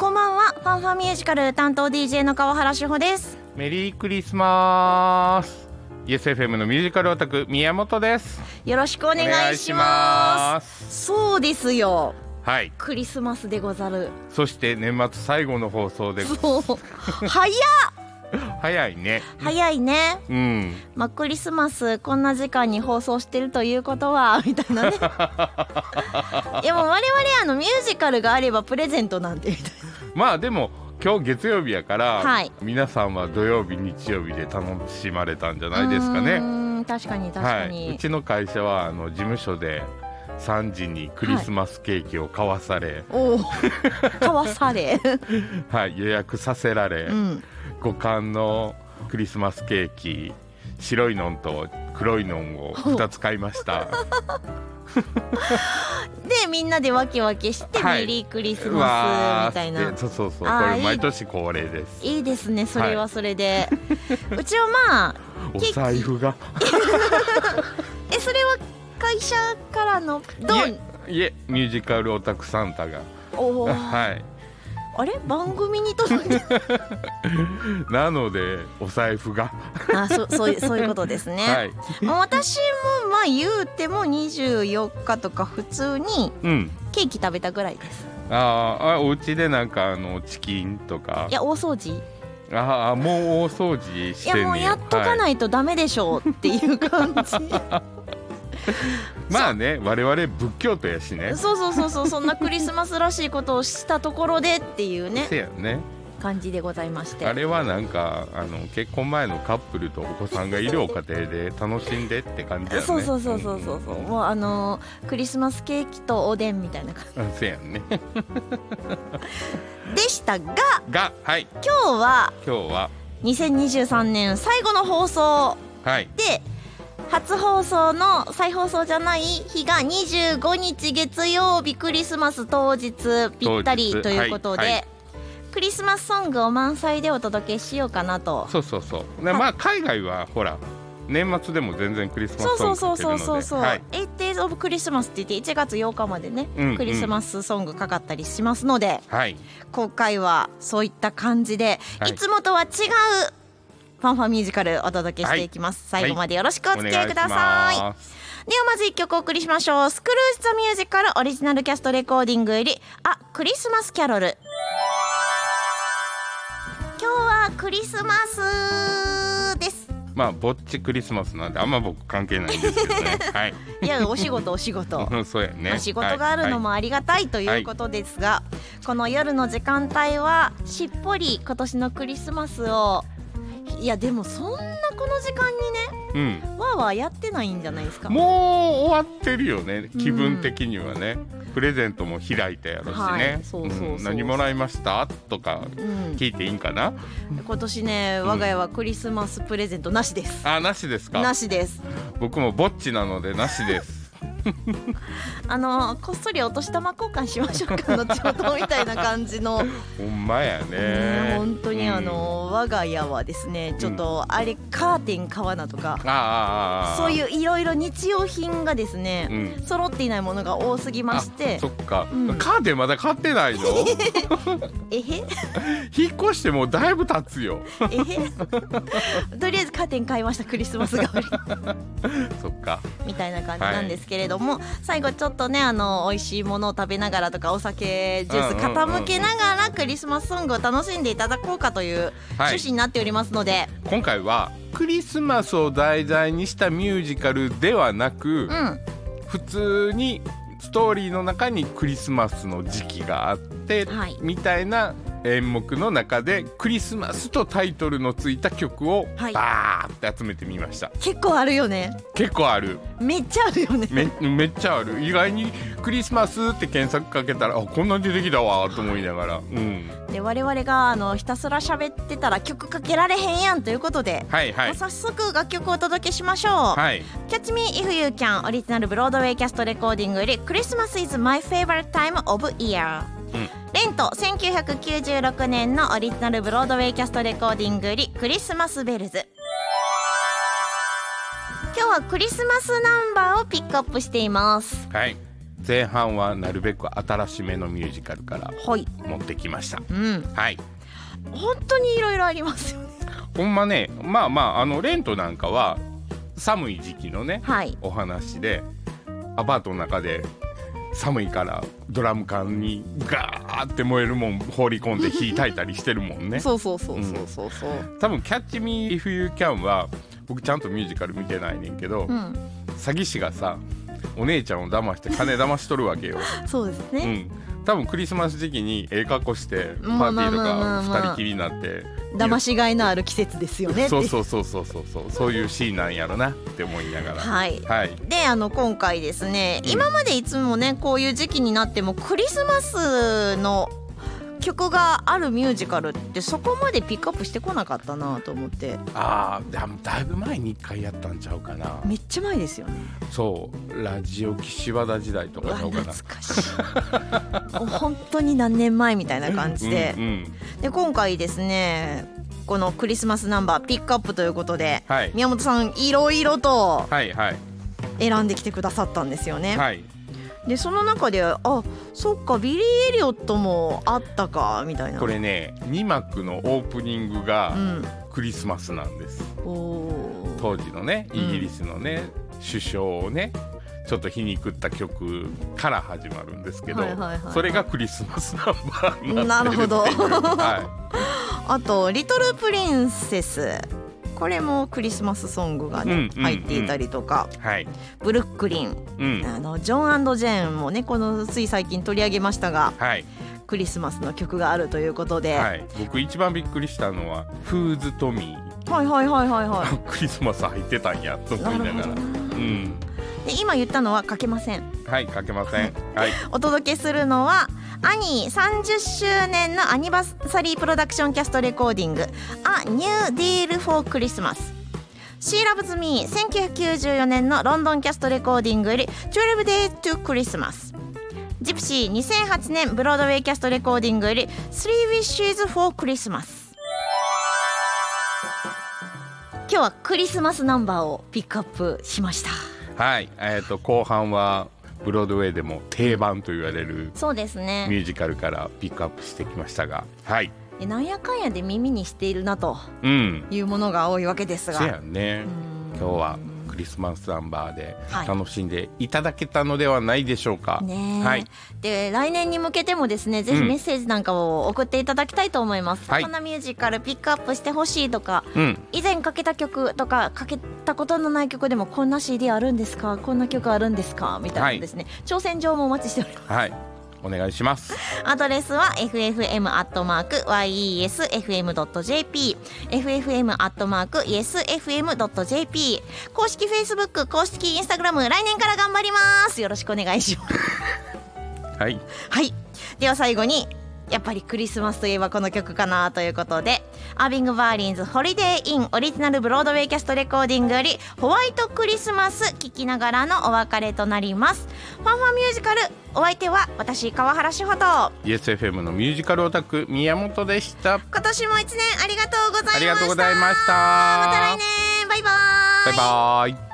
ファンファミュージカル担当 DJ の川原志保ですメリークリスマス。イエス FM のミュージカルオタク宮本です。よろしくお願いしお願まいしますそうですよはい。クリスマスでござるそして年末最後の放送でそう早っ早いね。早いねうん。まあ、クリスマスこんな時間に放送してるということは みたい なねいやもう我々あのミュージカルがあればプレゼントなんてみたいなまあでも今日月曜日やから、はい皆さんは土曜日日曜日で楽しまれたんじゃないですかうね。ーん確かに確かはに、い。うちの会社はあの事務所で3時にクリスマスケーキを買わされ、おおかわさ れはい、予約させられ。うん五感のクリスマスケーキ白いのんと黒いのんを2つ買いました でみんなでワキワキして、はいメリークリスうわマースみたいなそうそうそうあーいこれい毎年恒例ですいいですねそれはそれで、 うちはまあケおーキ財布がえそれは会社からのドいンえいえミュージカルオタクサンタがおお、 はいあれ番組に届いて なのでお財布があそそういうそういうことですね、はいもう私もまあ言うても24日とか普通にうんケーキ食べたぐらいですあーあお家でなんかあのチキンとかいや大掃除あーもう大掃除しいてんやねんもうやっとかはないとダメでしょうっていう感じいまあね我々仏教徒やしねそうそうそうそうそんなクリスマスらしいことをしたところでっていうねせやね感じでございましてあれはなんかあの結婚前のカップルとお子さんがいるお家庭で楽しんでって感じだよねそうそうそうそうそうそう、もうあのークリスマスケーキとおでんみたいな感うんせやんね じでしたががはい今日は今日は2023年最後の放送はいで初放送の再放送じゃない日が25日月曜日クリスマス当日ぴった当り日ということで、はいはいクリスマスソングを満載でお届けしようかなとそうそうそうねまあ海外はほら年末でも全然クリスマそうスソそンうグかそうけるそうそうそのでう、はい Eight Days of Christmas って言って1月8日までね、うんうんクリスマスソングかかったりしますのではい今回はそういった感じで、はいい、つもとは違うファンファンミュージカルお届けしていきます、はい最後までよろしくおお付き合いくださ願いしますではまず一曲お送りしましょうスクルージ・ザ・ミュージカルオリジナルキャストレコーディングよりあクリスマスキャロル今日はクリスマスですまあぼっちクリスマスなんであんま僕関係ないんです けどねはいいやお仕事お仕事うんそうやね、まあ仕事があるのもありがたいということですが、この夜の時間帯はしっぽり今年のクリスマスをいやでもそんなこの時間にねはいはいうんわーわーやってないんじゃないですかもう終わってるよね気分的にはね、プレゼントも開いたやろしね、はいそうそうそううん何もらいましたとかうん、聞いていいんかな、今年ね我が家はクリスマスプレゼントなしです、あなしですなかしです僕もぼっちなのでなしです あのこっそりお年玉交換しましょう か後ほどみたいな感じの、ほんまやねね本当にあ、うんの、我が家はですねちょっと、あれカーテン買わなとかああああそういうういろいろ日用品がですね、うん揃っていないものが多すぎましてあそっか、うんカーテンまだ買って ないのえへ引っ越してもうだいぶ経つよ えへ とりあえずカーテン買いましたクリスマス代わりそっかみたいな感じなんですけれども、最後ちょっとねあの美味しいものを食べながらとかお酒ジュースうんうんうんうん傾けながらクリスマスソングを楽しんでいただこうかというはい趣旨になっておりますので、今回はクリスマスを題材にしたミュージカルではなく、うん普通にストーリーの中にクリスマスの時期があって、はいみたいな演目の中でクリスマスとタイトルのついた曲をはいバーって集めてみました、結構あるよね結構あるめっちゃあるよねめめっちゃある意外にクリスマスって検索かけたらあこんなに出てきたわと思いながら、うんで我々があのひたすら喋ってたら曲かけられへんやんということで、はいはもうい早速楽曲をお届けしましょう、はい Catch Me If You Can オリジナルブロードウェイキャストレコーディングより Christmas is my favorite time of year、うんレント1996年のオリジナルブロードウェイキャストレコーディングよりクリスマスベルズ今日はクリスマスナンバーをピックアップしていますはい前半はなるべく新しめのミュージカルからはい、持ってきましたうん、はい本当にいろいろありますよね。ほんまねまあまああのレントなんかは寒い時期のねはい、お話でアパートの中で寒いからドラム缶にガーって燃えるもん放り込んで火焚いたりしてるもん ねそうそうそうそうそうそう。多分「キャッチ・ミー・イフ・ユー・キャン」は僕ちゃんとミュージカル見てないねんけど、うん、詐欺師がさお姉ちゃんを騙して金騙しとるわ けよ、そうですうね。ん、多分クリスマス時期にええ格好してパまあーティーとまあまあかまあ二人きりになって騙しがいのある季節ですよねって。そうそうそうそうそうそうそういうシーンなんやろなって思いながらはい。はいであの今回ですね、うん今までいつもねこういう時期になってもクリスマスの曲があるミュージカルってそこまでピックアップしてこなかったなと思ってあーだだいぶ前に1回やったんちゃうかなめっちゃ前ですよねそうラジオ岸和田時代とうかわちゃうか懐なかしいもう本当に何年前みたいな感じでうん、うんで今回ですねこのクリスマスナンバーピックアップということで、はい宮本さんいろいろとはいはい選んできてくださったんですよね、はいでその中であそっかビリー・エリオットもあったかみたいなこれね2幕のオープニングうがんクリスマスなんですおー当時のねイギリスのね、首相をねちょっと皮肉った曲から始まるんですけど、はいはいはいはいそれがクリスマスナンバーになってるっていうなるほど はあと「リトル・プリンセス」これもクリスマスソングがね、うんうんうん入っていたりとかい、はい、 「ブルックリンうん」あのジョンジェーンもねこのつい最近取り上げましたがはいクリスマスの曲があるということで、はい、僕一番びっくりしたのは「フーズトミーはい、はいはいはいは」クリスマス入ってたんやとい。思ないるなほどがら。なうん、で今言ったのは書けませんはい書けませんはいお届けするのはアニー30周年のアニバサリープロダクションキャストレコーディング「A New Deal for Christmas」「She Loves Me」1994年のロンドンキャストレコーディングより「12 Days to Christmas」「ジプシー」2008年ブロードウェイキャストレコーディングより「Three Wishes for Christmas」今日はクリスマスナンバーをピックアップしましたはいえー、と後半はブロードウェイでも定番と言われるそうですねミュージカルからピックアップしてきましたがはいえなんやかんやで耳にしているなとうんいうものが多いわけですせやが、んね今日はクリスマスナンバーではい楽しんでいただけたのではないでしょうか、ねえはいで来年に向けてもですねぜひうんメッセージなんかを送っていただきたいと思います、はいこんなミュージカルピックアップしてほしいとかうん以前かけた曲とかかけたことのない曲でもこんな CD あるんですかこんな曲あるんですかみたいなのですね、挑戦状もお待ちしております はいお願いしますアドレスは ffm.yesfm.jp ffm.yesfm.jp 公式 Facebook 公式 Instagram 来年から頑張りますよろしくお願いしますはいはいでは最後にやっぱりクリスマスといえばこの曲かなということでアービング・バーリンズ「ホリデー・イン」オリジナルブロードウェイキャストレコーディングより「ホワイト・クリスマス」聴きながらのお別れとなりますファンファンミュージカルお相手は私川原志穂と YesFM のミュージカルオタク宮本でした今年も一年ありがとうございましたありがとうございましたまた来年バイバーイバイバイ